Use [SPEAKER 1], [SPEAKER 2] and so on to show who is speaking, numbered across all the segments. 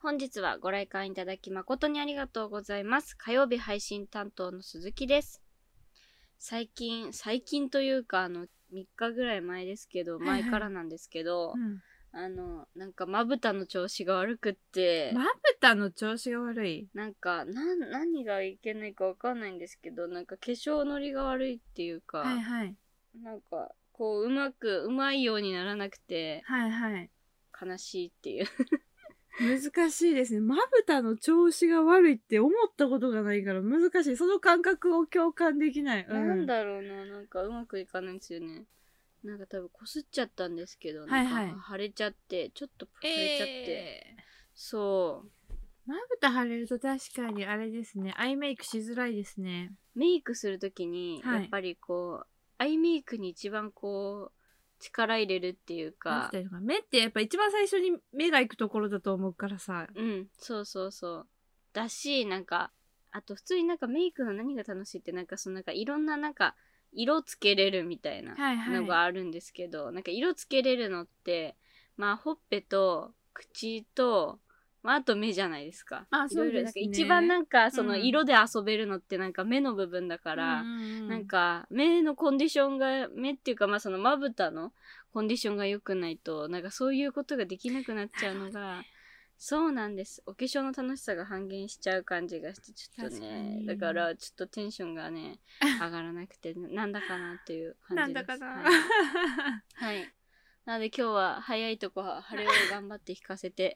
[SPEAKER 1] 本日はご来館いただき誠にありがとうございます。火曜日配信担当の鈴木です。最近、最近というか、あの、3日ぐらい前ですけど、
[SPEAKER 2] いはい
[SPEAKER 1] 前からなんですけど、
[SPEAKER 2] うん
[SPEAKER 1] あの、なんかまぶたの調子が悪くって、
[SPEAKER 2] まぶたの調子が悪い。
[SPEAKER 1] なんか、なん、何がいけないかわかんないんですけど、なんか化粧のりが悪いっていうか、
[SPEAKER 2] はいはい。
[SPEAKER 1] なんか、こう、うまく、うまいようにならなくて、
[SPEAKER 2] はいはい。
[SPEAKER 1] 悲しいっていう。
[SPEAKER 2] 難しいですね。まぶたの調子が悪いって思ったことがないから難しい。その感覚を共感できない。う
[SPEAKER 1] なんだろうな、なんかうまくいかないんですよね。なんか多分こすっちゃったんですけど、
[SPEAKER 2] はいはい
[SPEAKER 1] なんか腫れちゃって、ちょっと
[SPEAKER 2] え
[SPEAKER 1] 腫れちゃって。
[SPEAKER 2] え
[SPEAKER 1] そう。
[SPEAKER 2] まぶた腫れると確かにあれですね。アイメイクしづらいですね。
[SPEAKER 1] メイクするときに、
[SPEAKER 2] はい
[SPEAKER 1] やっぱりこう、アイメイクに一番こう、力入れるっていう
[SPEAKER 2] ま
[SPEAKER 1] か
[SPEAKER 2] ぶ、たとか目ってやっぱ一番最初に目が行くところだと思うからさ。
[SPEAKER 1] うん、そうそうそう。だし、なんか、あと普通になんかメイクの何が楽しいって、なんかそのなんかいろんななんか、色つけれるみたいな
[SPEAKER 2] はいはい
[SPEAKER 1] のがあるんですけど、なんか色つけれるのって、まあほっぺと口と、まああと目じゃないですか。
[SPEAKER 2] あそ
[SPEAKER 1] いろ
[SPEAKER 2] うですね
[SPEAKER 1] いろなんか一番なんかその
[SPEAKER 2] うん
[SPEAKER 1] 色で遊べるのってなんか目の部分だから、なん、か目のコンディションが目っていうかまあそのまぶたのコンディションが良くないとなんかそういうことができなくなっちゃう のが、そうなんですお化粧の楽しさが半減しちゃう感じがしてちょっと
[SPEAKER 2] 確か
[SPEAKER 1] ね
[SPEAKER 2] に
[SPEAKER 1] だからちょっとテンションが ね上がらなくてなんだかなっていう
[SPEAKER 2] な
[SPEAKER 1] 感じ
[SPEAKER 2] ん
[SPEAKER 1] で
[SPEAKER 2] だ
[SPEAKER 1] す
[SPEAKER 2] かな。
[SPEAKER 1] はい、はいなので今日は早いとこは晴れを頑張って引かせ て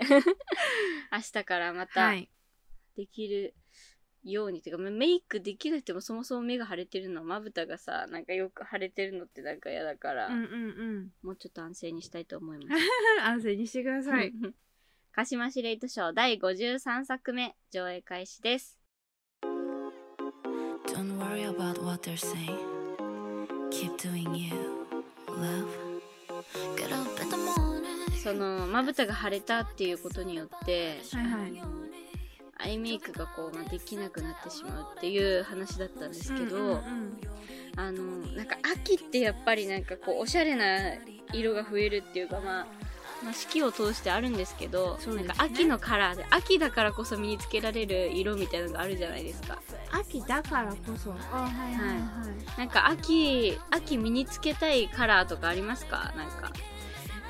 [SPEAKER 1] 明日からまた
[SPEAKER 2] はい。
[SPEAKER 1] できるようにてかメイクできなくてもそもそも目が腫れてるのまぶたがさなんかよく腫れてるのってなんか嫌だから、
[SPEAKER 2] うんうんうん。
[SPEAKER 1] もうちょっと安静にしたいと思います
[SPEAKER 2] 安静にしてくだ さい。
[SPEAKER 1] 鹿島司令図賞第53作目上映開始です
[SPEAKER 3] Don't worry about what they're saying. Keep doing you, love. Get up in the morning.
[SPEAKER 1] そのまぶたが腫れたっていうことによって
[SPEAKER 2] はいはい。
[SPEAKER 1] アイメイクがこう、まあ、できなくなってしまうっていう話だったんですけど、
[SPEAKER 2] うんうん
[SPEAKER 1] あのなんか秋ってやっぱりなんかこうおしゃれな色が増えるっていうかまあまあ、四季を通してあるんですけど
[SPEAKER 2] そうですね
[SPEAKER 1] なんか秋のカラーで秋だからこそ身につけられる色みたいなのがあるじゃないですか
[SPEAKER 2] 秋だからこそ。あはい
[SPEAKER 1] はい
[SPEAKER 2] はい。
[SPEAKER 1] なんか秋秋身につけたいカラーとかありますかなんか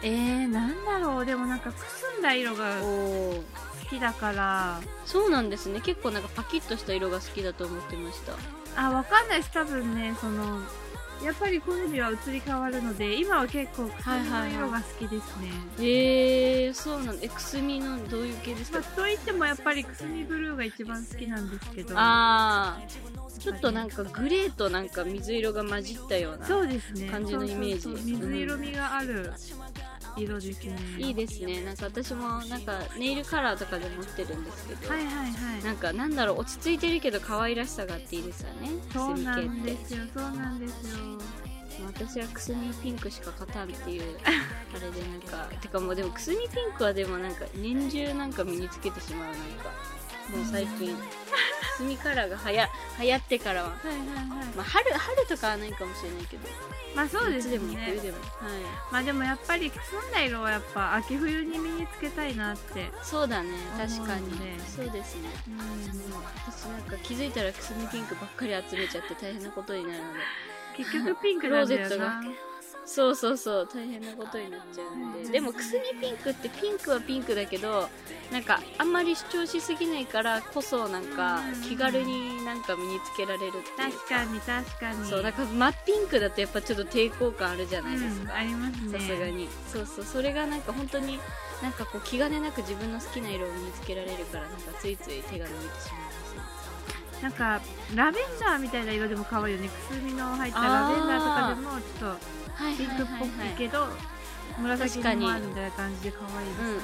[SPEAKER 2] えー、なんだろう。でもなんかくすんだ色が好
[SPEAKER 1] お
[SPEAKER 2] きだから。
[SPEAKER 1] そうなんですね結構なんかパキッとした色が好きだと思ってました
[SPEAKER 2] あ、わかんないです。多分ね、その、やっぱり好みは移り変わるので、今は結構くすみの色が好きですね。
[SPEAKER 1] へえー、そうなんえくすみのどういう系です
[SPEAKER 2] ま
[SPEAKER 1] か
[SPEAKER 2] あ、といってもやっぱりくすみブルーが一番好きなんですけど。
[SPEAKER 1] あーちょっとなんかグレーとなんか水色が混じったような
[SPEAKER 2] そうですね。
[SPEAKER 1] 感じのイメージ
[SPEAKER 2] そうそうそう水色味がある色ですね。
[SPEAKER 1] いいですねなんか私もなんかネイルカラーとかで持ってるんですけど、
[SPEAKER 2] はいはいはい。
[SPEAKER 1] なんかなんだろう落ち着いてるけど可愛らしさがあっていいですよねく
[SPEAKER 2] そう
[SPEAKER 1] すみ
[SPEAKER 2] な
[SPEAKER 1] 系
[SPEAKER 2] ん
[SPEAKER 1] って
[SPEAKER 2] ですよ、そうなんですよ。
[SPEAKER 1] 私はくすみピンクしか勝たんっていうあれでなんか てかもうでもくすみピンクはでもなんか年中なんか身につけてしまうなんかもう最近くすみカラーがはや 流行ってからは、
[SPEAKER 2] はいはいはい。
[SPEAKER 1] まあ、春春とかはないかもしれないけど
[SPEAKER 2] まあそうです
[SPEAKER 1] 夏で。
[SPEAKER 2] ね
[SPEAKER 1] も冬でもはい
[SPEAKER 2] まあでもやっぱりくすんだ色はやっぱ秋冬に身につけたいなって。
[SPEAKER 1] そうだね確かに
[SPEAKER 2] 思うので
[SPEAKER 1] そうですね
[SPEAKER 2] うん、
[SPEAKER 1] もう私なんか気づいたらくすみピンクばっかり集めちゃって大変なことになるので
[SPEAKER 2] 結局ピンクなんだよ
[SPEAKER 1] クローゼットが
[SPEAKER 2] な。
[SPEAKER 1] そうそうそう大変なことになっちゃうんででもくすみピンクってピンクはピンクだけどなんかあんまり主張しすぎないからこそなんか気軽になんか身につけられるっていう
[SPEAKER 2] 確かに確かに。
[SPEAKER 1] そうだから真っピンクだとやっぱちょっと抵抗感あるじゃないです
[SPEAKER 2] うん
[SPEAKER 1] か
[SPEAKER 2] ありますね。
[SPEAKER 1] さすがにそうそうそれがなんか本当になんかこう気兼ねなく自分の好きな色を身につけられるからなんかついつい手が伸びてしまいますね
[SPEAKER 2] なんかラベンダーみたいな色でも可愛いよね。くすみの入ったラベンダーとかでもちょっと
[SPEAKER 1] はい
[SPEAKER 2] ピンクっぽいけど、紫
[SPEAKER 1] 確か
[SPEAKER 2] に
[SPEAKER 1] に
[SPEAKER 2] もあるみたいな感じで可愛いですね。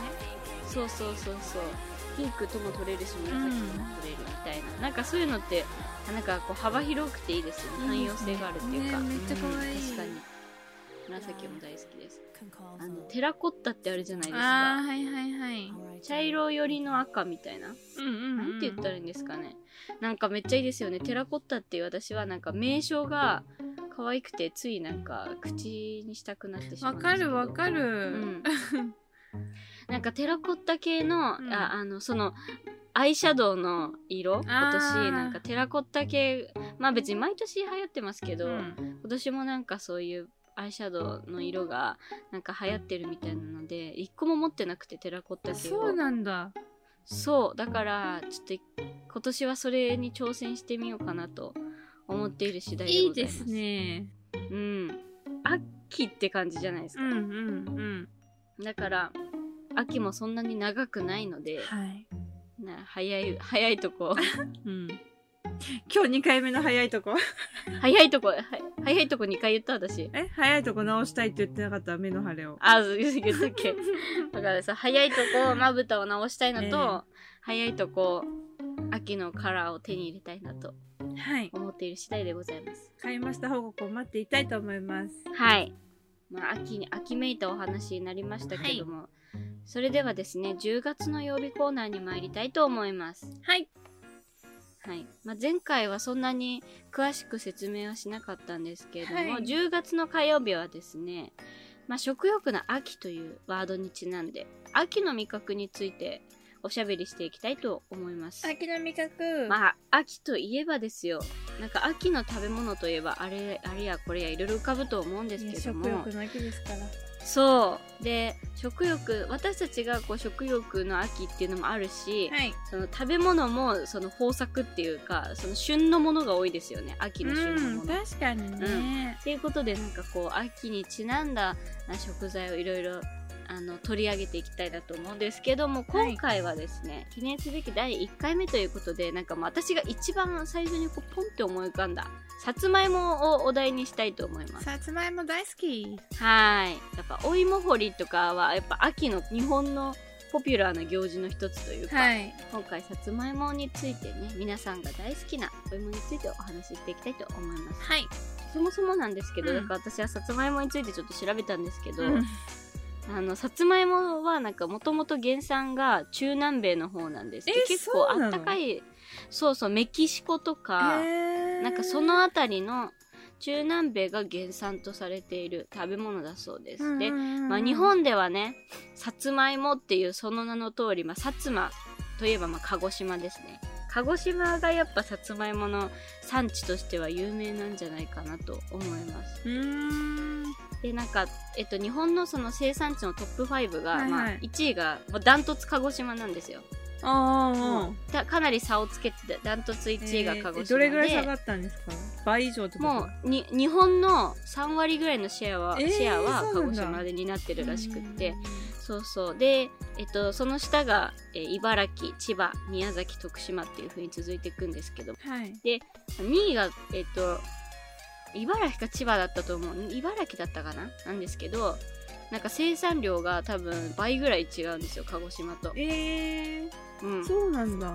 [SPEAKER 1] そうそうそうそうピンクとも取れるし紫とも取れるみたいな、なんかそういうのってなんかこう幅広くていいですよね汎用性があるっていうか、
[SPEAKER 2] ねめっちゃ可愛い
[SPEAKER 1] うん確かに紫も大好きですあのテラコッタってあるじゃないです
[SPEAKER 2] あ
[SPEAKER 1] か
[SPEAKER 2] あはいはいはい。
[SPEAKER 1] 茶色寄りの赤みたいな、
[SPEAKER 2] うんうん、うん。
[SPEAKER 1] なんて言ったらいいんですかねなんかめっちゃいいですよねテラコッタっていう私はなんか名称が可愛くてついなんか口にしたくなってしまう
[SPEAKER 2] わ
[SPEAKER 1] んです
[SPEAKER 2] か
[SPEAKER 1] けど
[SPEAKER 2] るわかる。
[SPEAKER 1] うんなんかテラコッタ系の、
[SPEAKER 2] うん
[SPEAKER 1] ああのそのアイシャドウの色今年
[SPEAKER 2] あー
[SPEAKER 1] なんかテラコッタ系まあ別に毎年流行ってますけど、
[SPEAKER 2] うん
[SPEAKER 1] 今年もなんかそういうアイシャドウの色がなんか流行ってるみたいなので一個も持ってなくてテラコッタ系を
[SPEAKER 2] そうなんだ
[SPEAKER 1] そうだからちょっと今年はそれに挑戦してみようかなと思っている次第で
[SPEAKER 2] いい
[SPEAKER 1] ござい
[SPEAKER 2] で
[SPEAKER 1] ます
[SPEAKER 2] すね
[SPEAKER 1] うん秋って感じじゃないです
[SPEAKER 2] う
[SPEAKER 1] か、
[SPEAKER 2] んうん
[SPEAKER 1] だから秋もそんなに長くないの
[SPEAKER 2] う
[SPEAKER 1] で
[SPEAKER 2] んはい、
[SPEAKER 1] な早い早いとこ
[SPEAKER 2] うん、今日2回目の早いとこ
[SPEAKER 1] 早いとこは早いとこ2回言った私
[SPEAKER 2] え早いとこ直したいって言ってなかった目の腫れを
[SPEAKER 1] あそう言ったっけだからさ早いとこまぶたを直したいのと、
[SPEAKER 2] ええ
[SPEAKER 1] 早いとこ秋のカラーを手に入れたいなと
[SPEAKER 2] はい
[SPEAKER 1] 思っている次第でございます
[SPEAKER 2] 買いました報告を待っていたいと思います
[SPEAKER 1] はい、まあ、秋に秋めいたお話になりましたけども、それではですね10月の曜日コーナーに参りたいと思います
[SPEAKER 2] はい
[SPEAKER 1] はいまあ、前回はそんなに詳しく説明はしなかったんですけれども、
[SPEAKER 2] はい
[SPEAKER 1] 10月の火曜日はですね、まあ、食欲の秋というワードにちなんで秋の味覚についておしゃべりしていきたいと思います。
[SPEAKER 2] 秋の味覚
[SPEAKER 1] まあ秋といえばですよなんか秋の食べ物といえばあれあれやこれやいろいろ浮かぶと思うんですけども
[SPEAKER 2] 食欲の秋ですから
[SPEAKER 1] そうで食欲私たちがこう食欲の秋っていうのもあるし、
[SPEAKER 2] はい
[SPEAKER 1] その食べ物もその豊作っていうかその旬のものが多いですよね秋の旬の
[SPEAKER 2] う
[SPEAKER 1] も
[SPEAKER 2] ん
[SPEAKER 1] の。っ
[SPEAKER 2] 確かにね、
[SPEAKER 1] ていうことでなんかこう秋にちなんだあ食材をいろいろあの取り上げていきたいなと思うんですけども
[SPEAKER 2] はい
[SPEAKER 1] 今回はですね、記念すべき第1回目ということでなんかもう私が一番最初にこうポンって思い浮かんださつまいもをお題にしたいと思います。
[SPEAKER 2] さつまいも大好き
[SPEAKER 1] はいやっぱお芋掘りとかはやっぱ秋の日本のポピュラーな行事の一つというか、
[SPEAKER 2] い
[SPEAKER 1] 今回さつまいもについてね皆さんが大好きなお芋についてお話ししていきたいと思います
[SPEAKER 2] はい、
[SPEAKER 1] そもそもなんですけど、
[SPEAKER 2] うん
[SPEAKER 1] だから私はさつまいもについてちょっと調べたんですけど、
[SPEAKER 2] うん
[SPEAKER 1] あのさつまいもはなんかもともと原産が中南米の方なんですで
[SPEAKER 2] え
[SPEAKER 1] 結構
[SPEAKER 2] そ
[SPEAKER 1] あ
[SPEAKER 2] うなの
[SPEAKER 1] ったかいそうそうメキシコとか、
[SPEAKER 2] えー
[SPEAKER 1] なんかその辺りの中南米が原産とされている食べ物だそうです、
[SPEAKER 2] うんうん
[SPEAKER 1] で
[SPEAKER 2] うん
[SPEAKER 1] まあ、日本ではねさつまいもっていうその名の通り、まあ、薩摩といえばまあ鹿児島ですね鹿児島がやっぱさつまいもの産地としては有名なんじゃないかなと思います
[SPEAKER 2] うーん
[SPEAKER 1] でなんか、えっと、日本のその生産地のトップ5が、
[SPEAKER 2] はいはい
[SPEAKER 1] まあ、1位がまあダントツ鹿児島なんですよ、
[SPEAKER 2] あ
[SPEAKER 1] もうだかなり差をつけててダントツ1位が鹿児島で、
[SPEAKER 2] えーどれぐらい下がったんですか倍以上ってこと
[SPEAKER 1] もうに日本の3割ぐらいのシェアは、
[SPEAKER 2] えー
[SPEAKER 1] シェアは
[SPEAKER 2] そ
[SPEAKER 1] 鹿
[SPEAKER 2] うなん
[SPEAKER 1] 児
[SPEAKER 2] だ
[SPEAKER 1] 島で担ってるらしくって、
[SPEAKER 2] うん
[SPEAKER 1] そうそうで、えっと、その下が、えー茨城千葉宮崎徳島っていう風に続いていくんですけど
[SPEAKER 2] はい
[SPEAKER 1] 2位がえっと茨城か千葉だったと思う茨城だったかななんですけどなんか生産量が多分倍ぐらい違うんですよ鹿児島と、
[SPEAKER 2] えー、
[SPEAKER 1] うん、
[SPEAKER 2] そうなんだ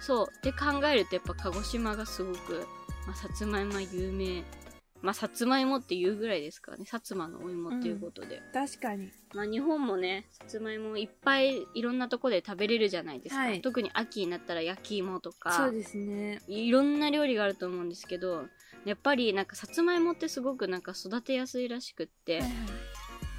[SPEAKER 1] そうで考えるとやっぱ鹿児島がすごく、まあ、さつまいもは有名まあさつまいもっていうぐらいですからね薩摩のお芋っていうことで、
[SPEAKER 2] 確かに
[SPEAKER 1] まあ、日本もねさつまいもいっぱいいろんなとこで食べれるじゃないですか、
[SPEAKER 2] はい
[SPEAKER 1] 特に秋になったら焼き芋と
[SPEAKER 2] そ
[SPEAKER 1] か
[SPEAKER 2] うですね
[SPEAKER 1] いろんな料理があると思うんですけどやっぱりなんかさつまいもってすごくなんか育てやすいらしくって、
[SPEAKER 2] はい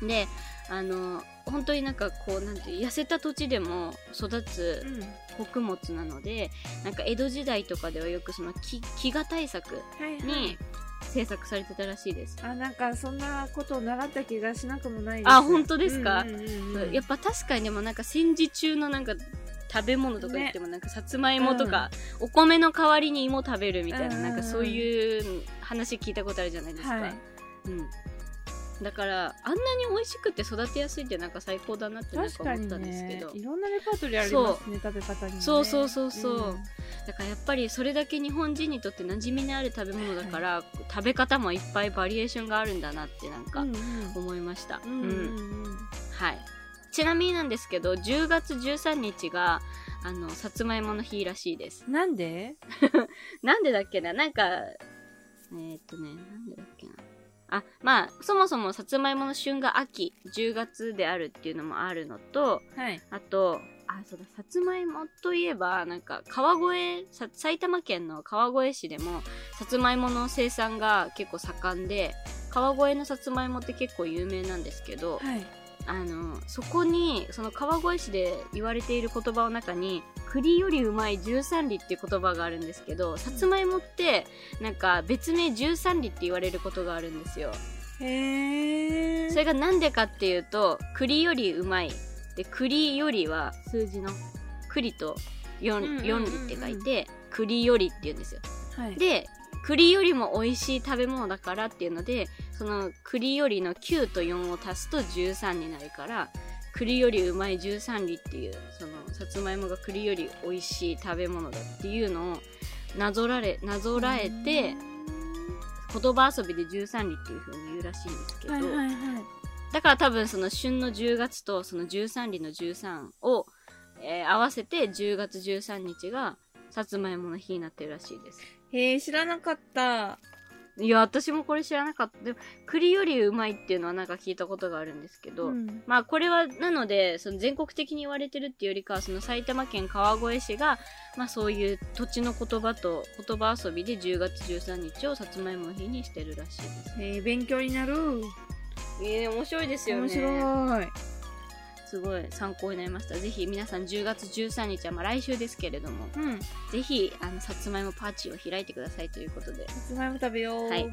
[SPEAKER 1] であの本当になんかこうなんて痩せた土地でも育つ
[SPEAKER 2] うん
[SPEAKER 1] 穀物なのでなんか江戸時代とかではよくその飢飢餓対策
[SPEAKER 2] はいはい
[SPEAKER 1] に制作されてたらしいです、
[SPEAKER 2] あなんかそんなことを習った気がしなくもないです
[SPEAKER 1] あ本当ですか
[SPEAKER 2] うんうんうんうん
[SPEAKER 1] やっぱ確かにでもなんか戦時中のなんか食べ物とか言ってもなんかさつまいもとか、お米の代わりに芋食べるみたいな、
[SPEAKER 2] うんうんう
[SPEAKER 1] なんんかそういう話聞いたことあるじゃないですか、
[SPEAKER 2] はい
[SPEAKER 1] うん、だからあんなに美味しくて育てやすいってなんか最高だなってなん
[SPEAKER 2] 確
[SPEAKER 1] か
[SPEAKER 2] か
[SPEAKER 1] 思っ
[SPEAKER 2] に
[SPEAKER 1] たんですけ
[SPEAKER 2] ね
[SPEAKER 1] ど、
[SPEAKER 2] いろんなレパートリーありますね食べ方にもね
[SPEAKER 1] そうそうそうそうんだからやっぱりそれだけ日本人にとって馴染みのある食べ物だから、食べ方もいっぱいバリエーションがあるんだなってなんか
[SPEAKER 2] うん
[SPEAKER 1] 思いました、
[SPEAKER 2] うんうんうんうん
[SPEAKER 1] はい、ちなみになんですけど10月13日があのさつまいもの日らしいです
[SPEAKER 2] なんで
[SPEAKER 1] なんでだっけななんかえーっとねなんでだっけなあまあそもそもさつまいもの旬が秋10月であるっていうのもあるのと
[SPEAKER 2] はい
[SPEAKER 1] あとあそうださつまいもといえばなんか川越さ埼玉県の川越市でもさつまいもの生産が結構盛んで川越のさつまいもって結構有名なんですけど、
[SPEAKER 2] はい
[SPEAKER 1] あのそこにその川越市で言われている言葉の中に栗よりうまい十三里っていう言葉があるんですけどさつまいもってなんか別名十三里って言われることがあるんですよ
[SPEAKER 2] へえ
[SPEAKER 1] それがなんでかっていうと栗よりうまいで栗よりは数字の栗と
[SPEAKER 2] うんうんうんう
[SPEAKER 1] 4,
[SPEAKER 2] ん
[SPEAKER 1] 四里って書いて栗よりって言うんですよ
[SPEAKER 2] はい
[SPEAKER 1] で栗よりも美味しい食べ物だからっていうのでその栗よりの9と4を足すと13になるから栗よりうまい13里っていうそのさつまいもが栗より美味しい食べ物だっていうのをなぞられなぞらえて言葉遊びで13里っていう風に言うらしいんですけど、
[SPEAKER 2] はいはいはい
[SPEAKER 1] だから多分その旬の10月とその13里の13を、えー合わせて10月13日がさつまいもの日になってるらしいです。
[SPEAKER 2] へえ知らなかった
[SPEAKER 1] いや、私もこれ知らなかった。でも、栗よりうまいっていうのはなんか聞いたことがあるんですけど、
[SPEAKER 2] うん
[SPEAKER 1] まあこれは、なので、その全国的に言われてるっていうよりかは、その埼玉県川越市が、まあそういう土地の言葉と言葉遊びで10月13日をさつまいもの日にしてるらしいです。
[SPEAKER 2] えー、勉強になる
[SPEAKER 1] えー、面白いですよね。
[SPEAKER 2] 面白い
[SPEAKER 1] すごい参考になりました。ぜひ皆さん10月13日は、まあ来週ですけれども、
[SPEAKER 2] うんさ
[SPEAKER 1] ぜひ、あの、さつまいもパーチーを開いてくださいということで。
[SPEAKER 2] つまいも食べよう
[SPEAKER 1] はい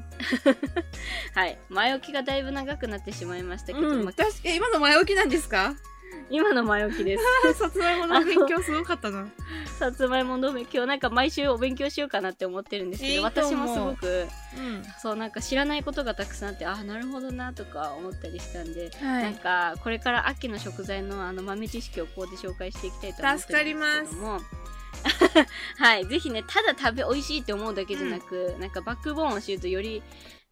[SPEAKER 1] はい。前置きがだいぶ長くなってしまいましたけど、
[SPEAKER 2] うん、
[SPEAKER 1] まあ
[SPEAKER 2] 確かえ今の前置きなんです か
[SPEAKER 1] 今の前置きです。
[SPEAKER 2] さつまいもの勉強すごかったな
[SPEAKER 1] さつまいもの勉強なんか毎週お勉強しようかなって思ってるんですけど
[SPEAKER 2] いいと思う
[SPEAKER 1] 私もすごく
[SPEAKER 2] うん
[SPEAKER 1] そうなんか知らないことがたくさんあってあーなるほどなとか思ったりしたんで、
[SPEAKER 2] は
[SPEAKER 1] なんかこれから秋の食材のあの豆知識をここで紹介していきたいと思ってるんですけども はいぜひねただ食べ美味しいって思うだけじゃなく、なんかバックボーンを知るとより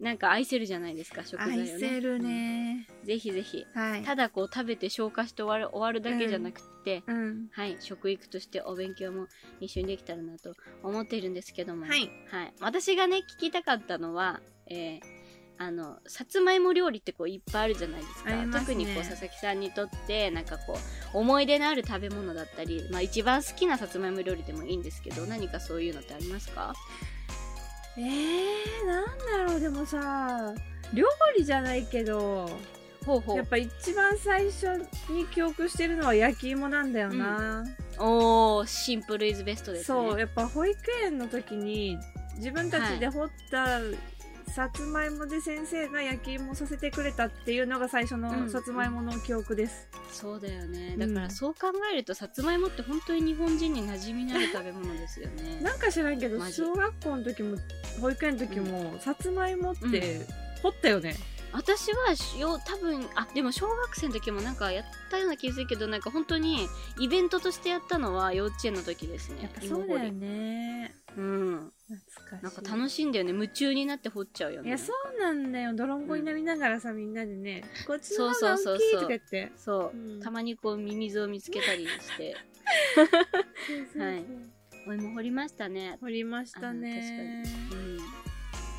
[SPEAKER 1] なんか愛せるじゃないですか食材をね
[SPEAKER 2] 愛せるね
[SPEAKER 1] ぜひぜひ
[SPEAKER 2] はい
[SPEAKER 1] ただこう食べて消化して終わる終わるだけじゃなくて、
[SPEAKER 2] うん
[SPEAKER 1] はい、食育としてお勉強も一緒にできたらなと思っているんですけども、
[SPEAKER 2] はい
[SPEAKER 1] はい私がね聞きたかったのは、えーあのさつまいも料理ってこういっぱいあるじゃないですか
[SPEAKER 2] ありますね
[SPEAKER 1] 特にこう佐々木さんにとってなんかこう思い出のある食べ物だったり、まあ、一番好きなさつまいも料理でもいいんですけど何かそういうのってありますか
[SPEAKER 2] えー、なんだろうでもさ料理じゃないけど
[SPEAKER 1] ほうほ
[SPEAKER 2] やっぱ一番最初に記憶してるのは焼き芋なんだよな、
[SPEAKER 1] おーシンプルイズベストですね
[SPEAKER 2] そうやっぱ保育園の時に自分たちで掘ったさつまいもで先生が焼き芋させてくれたっていうのが最初
[SPEAKER 1] うん
[SPEAKER 2] のさつまいもの記憶です、
[SPEAKER 1] そうだよね
[SPEAKER 2] う
[SPEAKER 1] だ
[SPEAKER 2] ん
[SPEAKER 1] からそう考えるとさつまいもって本当に日本人に馴染みのある食べ物ですよ ね
[SPEAKER 2] なんか知らんけど
[SPEAKER 1] マジ
[SPEAKER 2] 小学校の時も保育園の時も、さつまいもって掘ったよね、
[SPEAKER 1] 私はよ多分あでも小学生の時もなんかやったような気がするけどなんか本当にイベントとしてやったのは幼稚園の時ですね
[SPEAKER 2] やっぱそうだよね
[SPEAKER 1] 芋掘りうん
[SPEAKER 2] 懐かしい
[SPEAKER 1] なんか楽しいんだよね夢中になって掘っちゃうよね
[SPEAKER 2] いやそうなんだよ泥んこになりながらさ、みんなでねこっち
[SPEAKER 1] そ
[SPEAKER 2] の
[SPEAKER 1] う
[SPEAKER 2] 方
[SPEAKER 1] そ
[SPEAKER 2] が
[SPEAKER 1] う
[SPEAKER 2] 大き
[SPEAKER 1] そうそう
[SPEAKER 2] いとか言って
[SPEAKER 1] そう
[SPEAKER 2] うん
[SPEAKER 1] たまにこうミミズを見つけたりして
[SPEAKER 2] そうそうそう
[SPEAKER 1] はいお芋掘りましたね
[SPEAKER 2] 掘りましたね
[SPEAKER 1] うん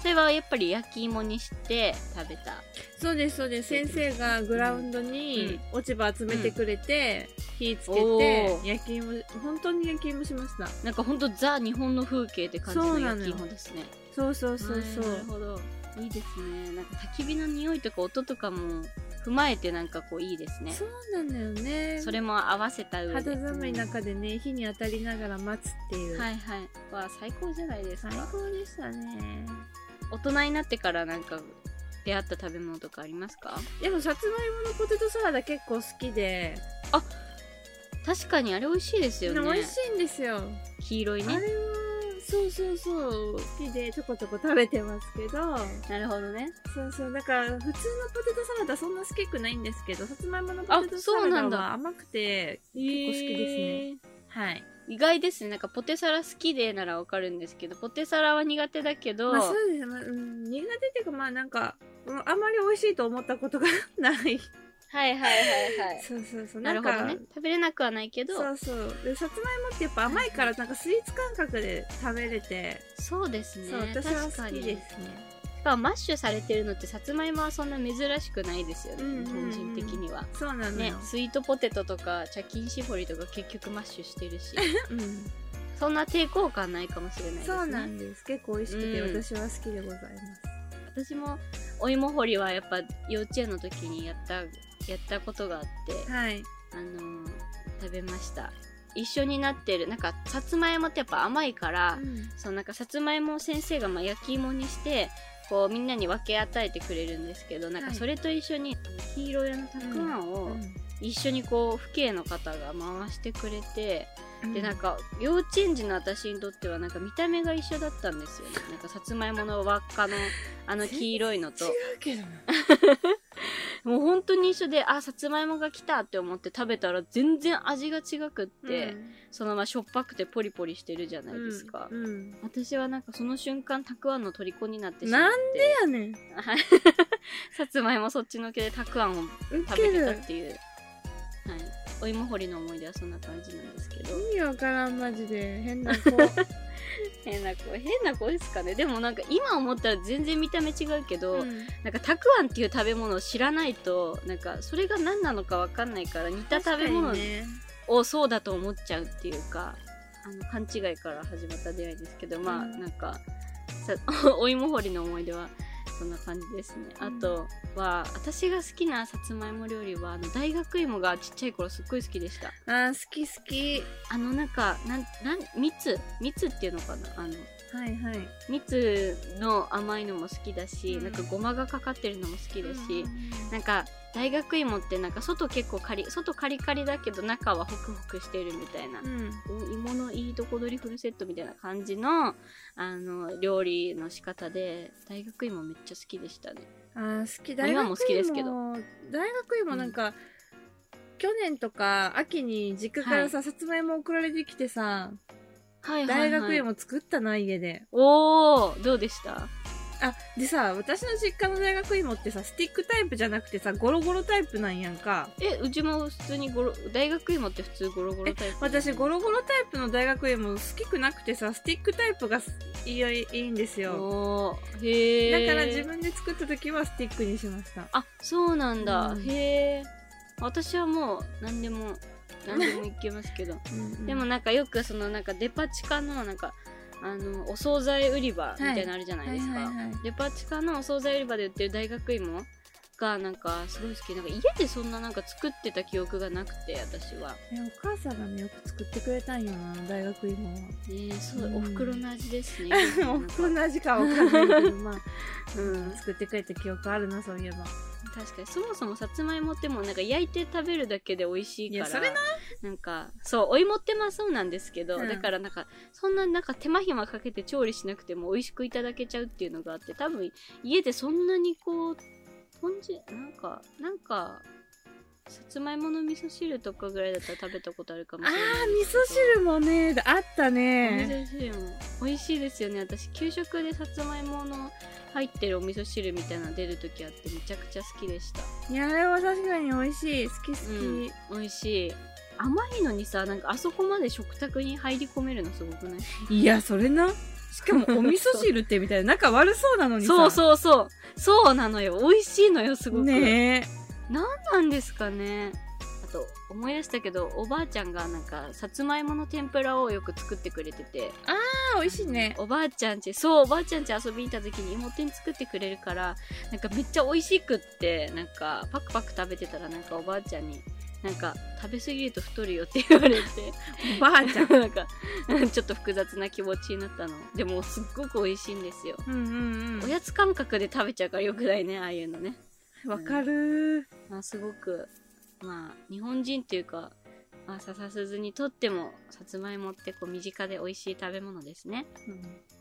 [SPEAKER 1] それはやっぱり焼き芋にして食べた
[SPEAKER 2] そうですそうです先生がグラウンドに落ち葉集めてくれて、火つけ
[SPEAKER 1] お
[SPEAKER 2] て
[SPEAKER 1] ー
[SPEAKER 2] 焼き芋本当に焼き芋しました
[SPEAKER 1] なんかほんとザ日本の風景って感じ
[SPEAKER 2] そ
[SPEAKER 1] の
[SPEAKER 2] うな
[SPEAKER 1] 焼
[SPEAKER 2] の
[SPEAKER 1] き
[SPEAKER 2] よ
[SPEAKER 1] 芋ですね
[SPEAKER 2] そうそうそうそう
[SPEAKER 1] なるほど。いいですね。なんか焚き火の匂いとか音とかも踏まえてなんかこういいですね。
[SPEAKER 2] そうなんだよね
[SPEAKER 1] それも合わせた上で。
[SPEAKER 2] 肌寒い
[SPEAKER 1] うん
[SPEAKER 2] 中でね火に当たりながら待つっていう、
[SPEAKER 1] はいはい。わあ最高じゃないです
[SPEAKER 2] 最
[SPEAKER 1] か。
[SPEAKER 2] 高でしたね
[SPEAKER 1] 大人になってからなんか出会った食べ物とかありますか
[SPEAKER 2] でもさつまいものポテトサラダ結構好きで
[SPEAKER 1] 確かにあれ美味しいですよ
[SPEAKER 2] でも
[SPEAKER 1] ね
[SPEAKER 2] 美味。しいんですよ、
[SPEAKER 1] 黄色い
[SPEAKER 2] あ
[SPEAKER 1] ね。
[SPEAKER 2] れはそうそうそう好きでちょこちょこ食べてますけど
[SPEAKER 1] なるほどね。
[SPEAKER 2] そうそうだから普通のポテトサラダそんな好きくないんですけどさつまいものポテトサ
[SPEAKER 1] あそうな
[SPEAKER 2] ラ
[SPEAKER 1] ん
[SPEAKER 2] ダ
[SPEAKER 1] だ
[SPEAKER 2] は甘くて
[SPEAKER 1] 結
[SPEAKER 2] 構好きですね。はい
[SPEAKER 1] 意外ですね。なんかポテサラ好きでならわかるんですけど、ポテサラは苦手だけど、
[SPEAKER 2] まあそうですね、まあうん、苦手っていうかまあなんか、うん、あんまり美味しいと思ったことがない
[SPEAKER 1] はいはいはいはい。
[SPEAKER 2] そうそうそう
[SPEAKER 1] な
[SPEAKER 2] な
[SPEAKER 1] る
[SPEAKER 2] ん
[SPEAKER 1] ほ
[SPEAKER 2] か
[SPEAKER 1] どね。食べれなくはないけど、
[SPEAKER 2] そうそうでさつまいもってやっぱ甘いからなんかスイーツ感覚で食べれて、
[SPEAKER 1] そうですね。
[SPEAKER 2] そう私は
[SPEAKER 1] 確か
[SPEAKER 2] 好き
[SPEAKER 1] に
[SPEAKER 2] ですね
[SPEAKER 1] しかもマッシュされてるのってさつまいもはそんな珍しくないですよね、
[SPEAKER 2] うんうんうん
[SPEAKER 1] 日本人的には。
[SPEAKER 2] そうなの
[SPEAKER 1] ね、
[SPEAKER 2] よ、
[SPEAKER 1] スイートポテトとか茶巾絞りとか結局マッシュしてる し
[SPEAKER 2] うん
[SPEAKER 1] そんな抵抗感ないかもしれないですね
[SPEAKER 2] そうなんです。結構美味しくて、
[SPEAKER 1] うん
[SPEAKER 2] 私は好きでございます。
[SPEAKER 1] 私もお芋掘りはやっぱ幼稚園の時にやったやったことがあって、
[SPEAKER 2] はい。
[SPEAKER 1] あのー食べました一緒になってるなんかさつまいもってやっぱ甘いから、そうなんかさつまいもを先生がまあ焼き芋にしてこうみんなに分け与えてくれるんですけどなん
[SPEAKER 2] は
[SPEAKER 1] か
[SPEAKER 2] い
[SPEAKER 1] それと一緒に黄色色のたくあんを一緒にこう父兄の方が回してくれて、でなん
[SPEAKER 2] か、
[SPEAKER 1] か幼稚園児の私にとってはなんか見た目が一緒だったんですよねなんかさつまいもの輪っかのあの黄色いのと
[SPEAKER 2] 違うけどな。
[SPEAKER 1] もう本当に一緒であさつまいもが来たって思って食べたら全然味が違くって、そのまましょっぱくてポリポリしてるじゃないですか、
[SPEAKER 2] うんうん
[SPEAKER 1] 私はなんかその瞬間たくあんの虜になってしまっ
[SPEAKER 2] な
[SPEAKER 1] て
[SPEAKER 2] んでやねん。
[SPEAKER 1] はいさつまいもそっちのけでたくあんを
[SPEAKER 2] ウ
[SPEAKER 1] 食
[SPEAKER 2] ケ
[SPEAKER 1] べてたっ
[SPEAKER 2] る。
[SPEAKER 1] ていう、はい、お芋掘りの思い出はそんな感じなんですけど
[SPEAKER 2] 意味わからん、マジで。変な子。う
[SPEAKER 1] 変な子変な子ですかねでもなんか今思ったら全然見た目違うけど、
[SPEAKER 2] ん
[SPEAKER 1] なんかたくあんっていう食べ物を知らないとなんかそれが何なのかわかんないから似た食べ物
[SPEAKER 2] 確かにね。
[SPEAKER 1] をそうだと思っちゃうっていうかあの勘違いから始まった出会いですけどまあ、
[SPEAKER 2] うん
[SPEAKER 1] なんかさ お芋掘りの思い出はそんな感じですね、
[SPEAKER 2] うん
[SPEAKER 1] あとは私が好きなさつまいも料理はあの大学芋がちっちゃい頃すっごい好きでした
[SPEAKER 2] あー、好き好き。
[SPEAKER 1] あのなんかなんなん蜜蜜っていうのかなあの
[SPEAKER 2] はいはい。
[SPEAKER 1] 蜜の甘いのも好きだし、
[SPEAKER 2] うん
[SPEAKER 1] なんかごまがかかってるのも好きだし、
[SPEAKER 2] うん
[SPEAKER 1] なんか大学芋ってなんか外結構カリ外カリカリだけど中はホクホクしてるみたいな
[SPEAKER 2] うん。
[SPEAKER 1] 芋のいいとこ取りフルセットみたいな感じのあの料理の仕方で大学芋めっちゃ好きでしたね
[SPEAKER 2] あー好き
[SPEAKER 1] まあ
[SPEAKER 2] 大
[SPEAKER 1] 今
[SPEAKER 2] 学
[SPEAKER 1] も好きですけど
[SPEAKER 2] 芋大学芋なんか、去年とか秋に実家からさ、さつまいも送られてきてさ
[SPEAKER 1] はい
[SPEAKER 2] 大学芋作ったな家で
[SPEAKER 1] おおどうでした
[SPEAKER 2] あでさ私の実家の大学芋ってさスティックタイプじゃなくてさゴロゴロタイプなんやんか
[SPEAKER 1] えうちも普通にゴロ大学芋って普通ゴロゴロタイプ
[SPEAKER 2] 私ゴ
[SPEAKER 1] ロ
[SPEAKER 2] ロゴロタイプの大学芋好きくなくてさスティックタイプがいいよいいんですよ
[SPEAKER 1] おーへ
[SPEAKER 2] だ
[SPEAKER 1] え
[SPEAKER 2] から自分で作った時はスティックにしました
[SPEAKER 1] あそうなんだ、
[SPEAKER 2] うん
[SPEAKER 1] へえ私はもう何でも何でもいけます けどでも
[SPEAKER 2] ね
[SPEAKER 1] なんかよくそのなんかデパ地下のなんかあのお惣菜売り場みたいなのあるじゃないですか、デパ地下のお惣菜売り場で売ってる大学芋がなんかすごい好きなんか家でそんななんか作ってた記憶がなくて私は
[SPEAKER 2] お母さんがねよく作ってくれたんよな大学芋は
[SPEAKER 1] ねえそう、
[SPEAKER 2] うん
[SPEAKER 1] おふくろの味ですね
[SPEAKER 2] おふくろの味かわかんないけ ど、まあ、
[SPEAKER 1] うん
[SPEAKER 2] 作ってくれた記憶あるな、そういえば。
[SPEAKER 1] 確かにそもそもさつまいもってもうなんか焼いて食べるだけで美味しいから
[SPEAKER 2] いやそれな
[SPEAKER 1] なんかそうお芋ってまあそうなんですけど、
[SPEAKER 2] うん
[SPEAKER 1] だからなんかそんななんか手間暇かけて調理しなくても美味しくいただけちゃうっていうのがあって多分家でそんなにこう豚汁なんかなんかさつまいもの味噌汁とかぐらいだったら食べたことあるかも
[SPEAKER 2] あ
[SPEAKER 1] しれない
[SPEAKER 2] あ、
[SPEAKER 1] で
[SPEAKER 2] 味
[SPEAKER 1] す
[SPEAKER 2] 噌
[SPEAKER 1] けど
[SPEAKER 2] 汁もね、あったね。
[SPEAKER 1] 味噌汁も美味しいですよね私給食でさつまいもの入ってるお味噌汁みたいなの出る時あってめちゃくちゃ好きでした
[SPEAKER 2] いや、あれは確かに美味しい。好き好き。
[SPEAKER 1] うん美味しい甘いのにさなんかあそこまで食卓に入り込めるのすごくない
[SPEAKER 2] いや、それな。しかも、お味噌汁ってみたいな、仲悪 そうなのにさ。
[SPEAKER 1] そう
[SPEAKER 2] う
[SPEAKER 1] そうそうそうなのよ美味しいのよすごく、
[SPEAKER 2] ね
[SPEAKER 1] なんですかねあと思い出したけどおばあちゃんがなんかさつまいもの天ぷらをよく作ってくれてて
[SPEAKER 2] え。美味しいね。
[SPEAKER 1] おばあちゃんちそうおばあちゃんち遊びに行った時に妹に作ってくれるからなんかめっちゃ美味しくってなんかパクパク食べてたらなんかおばあちゃんになんか食べ過ぎると太るよって言われて
[SPEAKER 2] おばあちゃん。
[SPEAKER 1] なんかうんちょっと複雑な気持ちになったのでもすっごく美味しいんですよ、
[SPEAKER 2] うんうん
[SPEAKER 1] おやつ感覚で食べちゃうからよくないねああいうのね、
[SPEAKER 2] うん。わかる。
[SPEAKER 1] まあ、すごくまあ日本人っていうか、まあ、笹鈴にとってもさつまいもってこう身近で美味しい食べ物ですね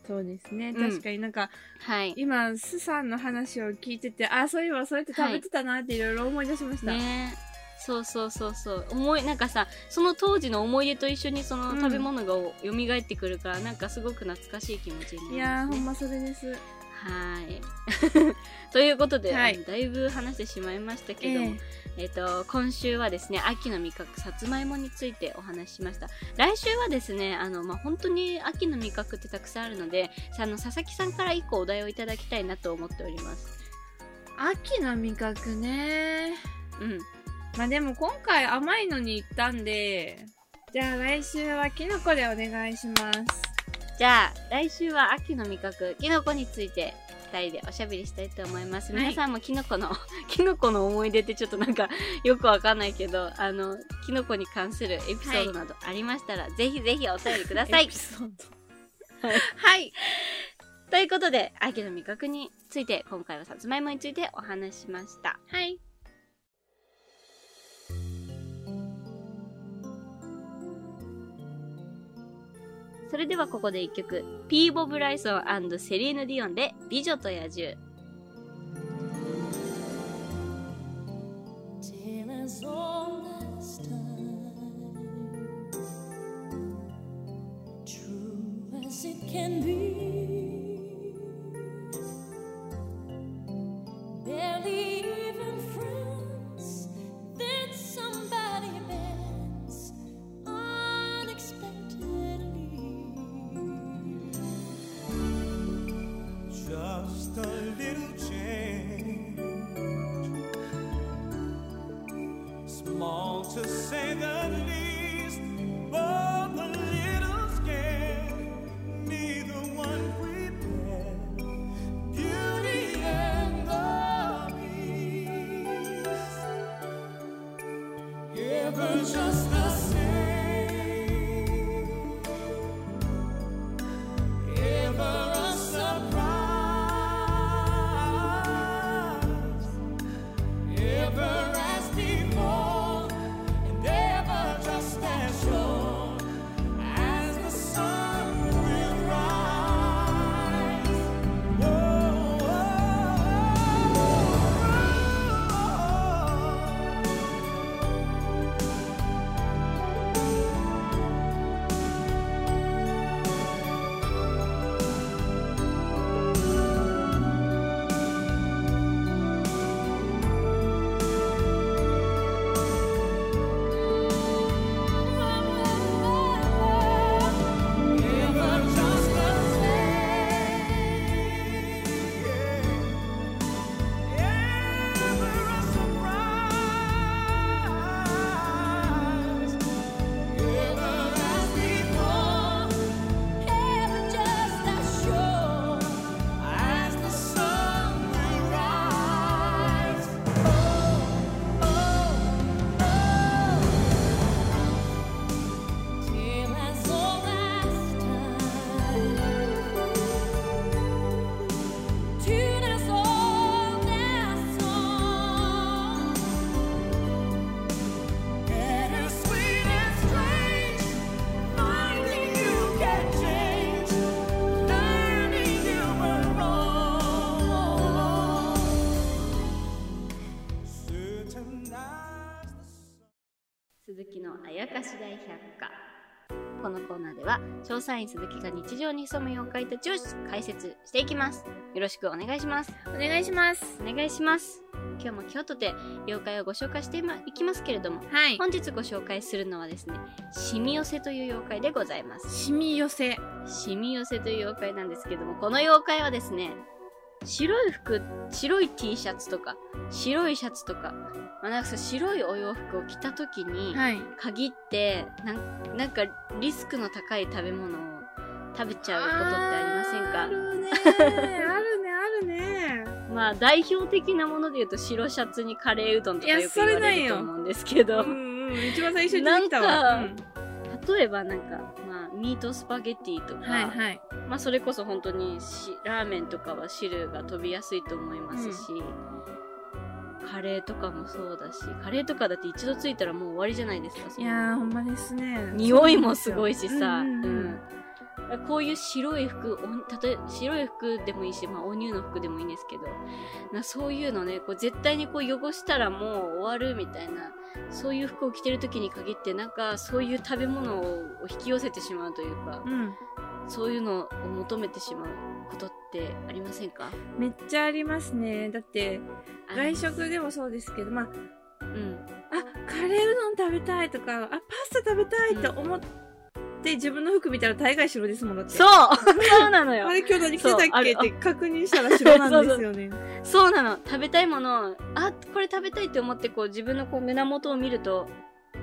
[SPEAKER 2] そうですね。
[SPEAKER 1] うん
[SPEAKER 2] 確かになんか、
[SPEAKER 1] はい
[SPEAKER 2] 今、スさんの話を聞いてて、あ、そういえばそうやって食べてたなっていろいろ思い出しました。
[SPEAKER 1] ねえそうそうそうそう思いなんかさその当時の思い出と一緒にその
[SPEAKER 2] うん
[SPEAKER 1] 食べ物がお蘇ってくるから、なんかすごく懐かしい気持ちに
[SPEAKER 2] い
[SPEAKER 1] な
[SPEAKER 2] や
[SPEAKER 1] り
[SPEAKER 2] ー、
[SPEAKER 1] ます
[SPEAKER 2] ほ
[SPEAKER 1] ね
[SPEAKER 2] んまそれです。
[SPEAKER 1] はい。 ということで、
[SPEAKER 2] はい
[SPEAKER 1] あのだいぶ話してしまいましたけども、えっ、と今週はですね秋の味覚さつまいもについてお話ししました。来週はですねあのまあ本当に秋の味覚ってたくさんあるので、さあの佐々木さんから一個お題をいただきたいなと思っております。
[SPEAKER 2] 秋の味覚ね
[SPEAKER 1] うん。
[SPEAKER 2] まあでも今回甘いのに行ったんでじゃあ来週はキノコでお願いします
[SPEAKER 1] じじゃあ来週は秋の味覚キノコについて2人でおしゃべりしたいと思います、
[SPEAKER 2] はい
[SPEAKER 1] 皆さんもキノコの キノコの思い出ってちょっとなんか よくわかんないけどあのキノコに関するエピソードなどありましたら、ぜひぜひお便りくださ
[SPEAKER 2] エ
[SPEAKER 1] い
[SPEAKER 2] ピソード
[SPEAKER 1] はい
[SPEAKER 2] はい。
[SPEAKER 1] ということで秋の味覚について今回はさつまいもについてお話ししました
[SPEAKER 2] はい。
[SPEAKER 1] それではここで一曲ピーボ・ブライソンセリーヌ・ディオンで「美女と野獣」
[SPEAKER 3] Dear as old as times, true as it can be, barely even friends. Then somebody bends unexpectedly.
[SPEAKER 4] Just a little change, small to say the least, both a little scared. Neither one prepared. Beauty and the beast, ever just the same ever a surprise, ever as before, and ever just as sure as the sun will rise. Oh, Whoa, oh, whoa, whoa. Ever just the same, ever a surprise, ever as before, ever just as sure as the sun will rise. Oh, oh, oh. Dear as old as time, tune as old as song, bitter sweet and strange, finding you can change, learning you were wrong. Certain eyes.
[SPEAKER 1] 鈴木のあやかし大百科このコーナーでは調査員鈴木が日常に潜む妖怪たちを解説していきますよろしくお願いします
[SPEAKER 2] お願いします。
[SPEAKER 1] お願いします今日も京都で妖怪をご紹介してまいきますけれども
[SPEAKER 2] はい。
[SPEAKER 1] 本日ご紹介するのはですねシミ寄せという妖怪でございます
[SPEAKER 2] 染み寄せ。
[SPEAKER 1] シミ寄せという妖怪なんですけどもこの妖怪はですね白い服白い T シャツとか白いシャツとか,、まあ、なんかそう白いお洋服を着た時に、
[SPEAKER 2] はい。
[SPEAKER 1] 限ってなんなんかリスクの高い食べ物を食べちゃうことってありませんか
[SPEAKER 2] あるね。あるね、あるね。
[SPEAKER 1] まあ代表的なもので言うと白シャツにカレーうどんとか
[SPEAKER 2] いや
[SPEAKER 1] よく言わ
[SPEAKER 2] それな
[SPEAKER 1] れ
[SPEAKER 2] い
[SPEAKER 1] る
[SPEAKER 2] よ
[SPEAKER 1] と思うんですけど、
[SPEAKER 2] うんうん。一番最初に出てきたわ。
[SPEAKER 1] なん
[SPEAKER 2] か、
[SPEAKER 1] 例えばなんか、まあ、ミートスパゲティとか、
[SPEAKER 2] はいはい。
[SPEAKER 1] まあ、それこそ本当にしラーメンとかは汁が飛びやすいと思いますし、カレーとかもそうだしカレーとかだって一度ついたらもう終わりじゃないですかそ
[SPEAKER 2] い
[SPEAKER 1] の
[SPEAKER 2] やー、ほんまですね。
[SPEAKER 1] 匂いもすごいし
[SPEAKER 2] そ
[SPEAKER 1] さ、
[SPEAKER 2] うな
[SPEAKER 1] うん
[SPEAKER 2] ですようんうんうん
[SPEAKER 1] んこういう白い服おたとえ白い服でもいいし、まあ、お乳の服でもいいんですけどなそういうのねこう絶対にこう汚したらもう終わるみたいなそういう服を着てる時に限ってなんかそういう食べ物を引き寄せてしまうというか
[SPEAKER 2] うん。
[SPEAKER 1] そういうのを求めてしまうことってありませんか
[SPEAKER 2] めっちゃありますね。だって、
[SPEAKER 1] あ
[SPEAKER 2] 外食でもそうですけど、まあ、
[SPEAKER 1] うん
[SPEAKER 2] あカレーうどん食べたいとかあパスタ食べたいと思って、自分の服見たら大概白ですもんだって
[SPEAKER 1] そう そうなのよ
[SPEAKER 2] あれ今日何着てたっ
[SPEAKER 1] そうあ
[SPEAKER 2] け
[SPEAKER 1] る
[SPEAKER 2] って確認したら白なんで すよね
[SPEAKER 1] そうなの食べたいものをあこれ食べたいって思ってこう自分のこう胸元を見ると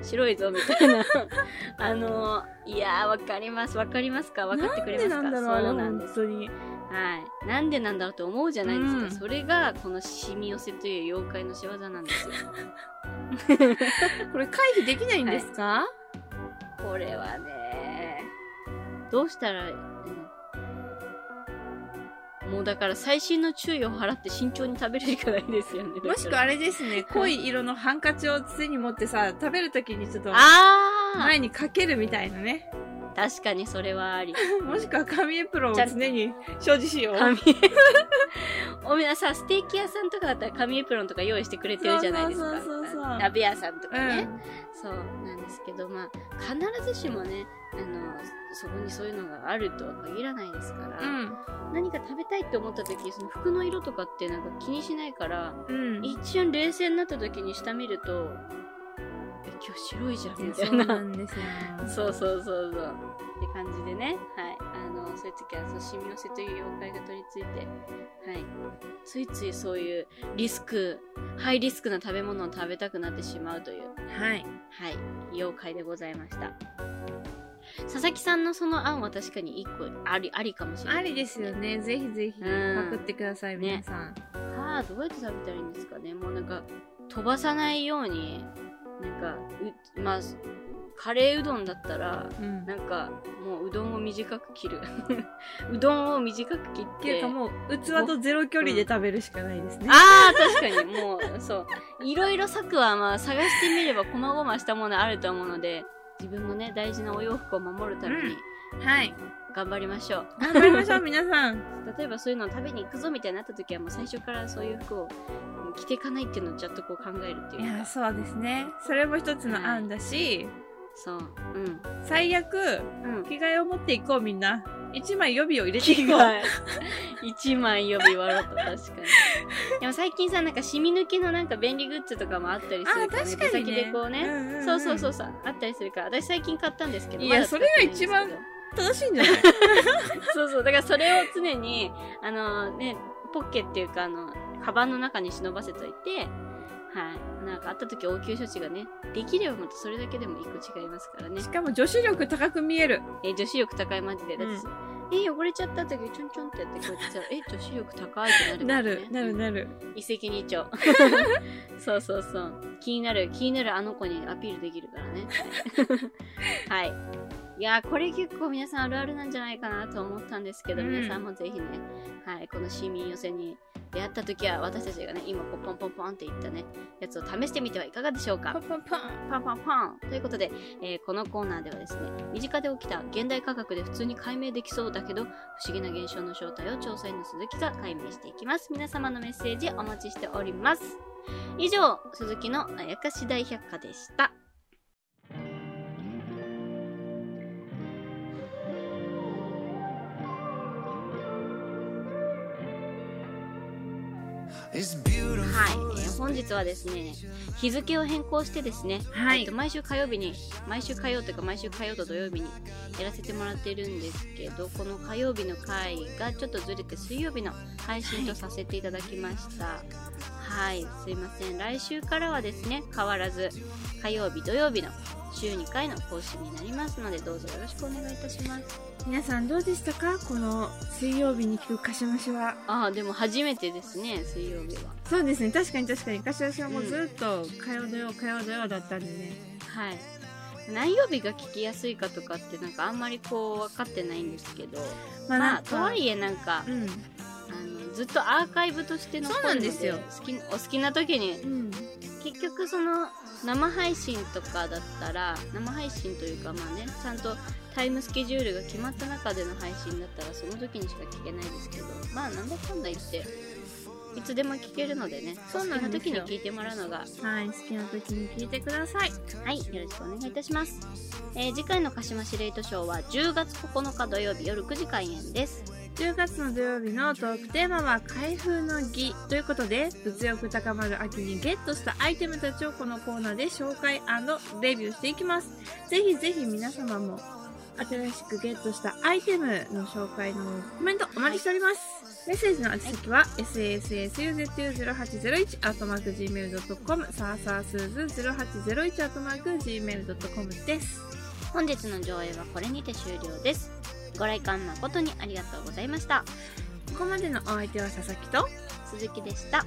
[SPEAKER 1] 白いぞみたい なあのいやーわかりますわかりますか分かってくれますか
[SPEAKER 2] なんでなんだろう
[SPEAKER 1] そう
[SPEAKER 2] あれ
[SPEAKER 1] なんです
[SPEAKER 2] 本当に
[SPEAKER 1] はい、なんでなんだろうと思うじゃないですか、
[SPEAKER 2] うん
[SPEAKER 1] それがこの染み寄せという妖怪の仕業なんですよ
[SPEAKER 2] これ回避できないんですか、
[SPEAKER 1] これはねどうしたら、うんもうだから細心の注意を払って慎重に食べるしかないですよねだから
[SPEAKER 2] もしくはあれですね濃い色のハンカチを手に持ってさ食べるときにちょっと
[SPEAKER 1] あ
[SPEAKER 2] 前にかけるみたいなね
[SPEAKER 1] ー確かにそれはあり
[SPEAKER 2] もしくは紙エプロンを常に所持しよう
[SPEAKER 1] 紙おめえさステーキ屋さんとかだったら紙エプロンとか用意してくれてるじゃないですか
[SPEAKER 2] そうそうそうそう
[SPEAKER 1] 鍋屋さんとかね、
[SPEAKER 2] うん
[SPEAKER 1] そうなんですけどまあ必ずしもねあのそこにそういうのがあるとは限らないですから、何か食べたいって思った時その服の色とかってなんか気にしないから
[SPEAKER 2] うんうん
[SPEAKER 1] 一瞬冷静になった時に下見ると「え今日白いじゃん」みた
[SPEAKER 2] そ
[SPEAKER 1] いう
[SPEAKER 2] な
[SPEAKER 1] なん
[SPEAKER 2] ですよ
[SPEAKER 1] そうそうそうそうって感じでねはいあのそういう時はそう染み寄せという妖怪が取り付いてはいついついそういうリスクハイリスクな食べ物を食べたくなってしまうという
[SPEAKER 2] はい
[SPEAKER 1] はい、妖怪でございました。佐々木さんのその案は確かに一個ありありかもしれな
[SPEAKER 2] あ
[SPEAKER 1] い、
[SPEAKER 2] りですよ。ねぜひぜひ
[SPEAKER 1] うん
[SPEAKER 2] パクってください、
[SPEAKER 1] ね
[SPEAKER 2] 皆さん
[SPEAKER 1] ああ、どうやって食べたらいいんですかね。もうなんか、飛ばさないように、なんか、うまあ、カレーうどんだったら、
[SPEAKER 2] うん
[SPEAKER 1] なんか、もううどんを短く切る。 うどんを短く切っ
[SPEAKER 2] ってい
[SPEAKER 1] て
[SPEAKER 2] うか。もう器とゼロ距離で食べるしかないですね、
[SPEAKER 1] ああ、確かに、もう、そう。いろいろ策は、まあ、探してみれば、細々したものあると思うので、自分のね、大事なお洋服を守るために、
[SPEAKER 2] はい
[SPEAKER 1] 頑張りましょう。
[SPEAKER 2] 頑張りましょう皆さん
[SPEAKER 1] 例えばそういうのを食べに行くぞみたいになった時はもう最初からそういう服をうん着ていかないっていうのをちゃんとこう考えるって
[SPEAKER 2] い
[SPEAKER 1] いう
[SPEAKER 2] や
[SPEAKER 1] か
[SPEAKER 2] そうですねそれも一つの案だし、
[SPEAKER 1] そううん
[SPEAKER 2] 最悪
[SPEAKER 1] うん
[SPEAKER 2] 着替えを持っていこうみんな一枚予備を入れていこう
[SPEAKER 1] 替え一枚予備笑った確かにでも最近さなんか染み抜きのなんか便利グッズとかもあったりするから、
[SPEAKER 2] あー確かに
[SPEAKER 1] 出
[SPEAKER 2] ね
[SPEAKER 1] 先でこうね、
[SPEAKER 2] うんうんうん
[SPEAKER 1] そうそうそうそうあったりするから私最近買ったんですけど
[SPEAKER 2] いや
[SPEAKER 1] まだ使ってないんですけど
[SPEAKER 2] それが一番楽しいんじゃない
[SPEAKER 1] そうそうだからそれを常にあのねポッケっていうかあのカバンの中に忍ばせといてはいなんかあった時応急処置がねできればまたそれだけでも一個違いますからね
[SPEAKER 2] しかも女子力高く見える
[SPEAKER 1] え女子力高いマジでだって、
[SPEAKER 2] う
[SPEAKER 1] え汚れちゃった時ちょんちょんってやってこうやってさえ女子力高いってな
[SPEAKER 2] な
[SPEAKER 1] るから
[SPEAKER 2] る
[SPEAKER 1] ね
[SPEAKER 2] なるなる
[SPEAKER 1] 一石二鳥 そうそうそう気になる気になるあの子にアピールできるから ねはいはいいやーこれ結構皆さんあるあるなんじゃないかなと思ったんですけど、
[SPEAKER 2] うん
[SPEAKER 1] 皆さんもぜひね、はい、この市民寄せに出会った時は私たちがね今こうポンポンポンっていったねやつを試してみてはいかがでしょうか
[SPEAKER 2] ポンポンポン
[SPEAKER 1] パンパンパンということで、えーこのコーナーではですね身近で起きた現代科学で普通に解明できそうだけど不思議な現象の正体を調査員の鈴木が解明していきます皆様のメッセージお待ちしております以上鈴木のあやかし大百科でしたはい、えー本日はですね日付を変更してですね、
[SPEAKER 2] はい
[SPEAKER 1] えっと毎週火曜日に毎週火曜というか毎週火曜と土曜日にやらせてもらってるんですけどこの火曜日の回がちょっとずれて水曜日の配信とさせていただきましたはい、すいません来週からはですね変わらず火曜日土曜日の週2回の更新になりますのでどうぞよろしくお願いいたします
[SPEAKER 2] 皆さんどうでしたかこの水曜日に聞くかしましは
[SPEAKER 1] ああでも初めてですね水曜日は
[SPEAKER 2] そうですね確かに確かにかしましはもうずっと火曜土曜火曜土曜だったんでね
[SPEAKER 1] はい何曜日が聞きやすいかとかってなんかあんまりこう分かってないんですけど
[SPEAKER 2] ま
[SPEAKER 1] ま
[SPEAKER 2] あな
[SPEAKER 1] あ
[SPEAKER 2] ん
[SPEAKER 1] と
[SPEAKER 2] か、
[SPEAKER 1] はいえなんか
[SPEAKER 2] う、ん
[SPEAKER 1] あのずっとアーカイブとして残るので
[SPEAKER 2] そうなんですよ
[SPEAKER 1] 好きお好きな時に
[SPEAKER 2] うん
[SPEAKER 1] 結局その生配信とかだったら生配信というかまあねちゃんとタイムスケジュールが決まった中での配信だったらその時にしか聞けないですけどまあなんだかんだ言っていつでも聞けるのでね
[SPEAKER 2] そうなんですよ
[SPEAKER 1] お好きな時に聞いてもらうのが
[SPEAKER 2] はい好きな時に聞いてください
[SPEAKER 1] はい、よろしくお願いいたします。えー次回の鹿島司令図賞は10月9日土曜日夜9時開演です。
[SPEAKER 2] 10月の土曜日のトークテーマは開封の儀ということで物欲高まる秋にゲットしたアイテムたちをこのコーナーで紹介レビューしていきますぜひぜひ皆様も新しくゲットしたアイテムの紹介のコメントお待ちしております。メッセージの宛先は、sasusu0801 アットマーク gmail.com サーサースーズ0801アットマーク gmail.com です。
[SPEAKER 1] 本日の上映はこれにて終了ですご来館誠にありがとうございました
[SPEAKER 2] ここまでのお相手は佐々木と
[SPEAKER 1] 鈴木でした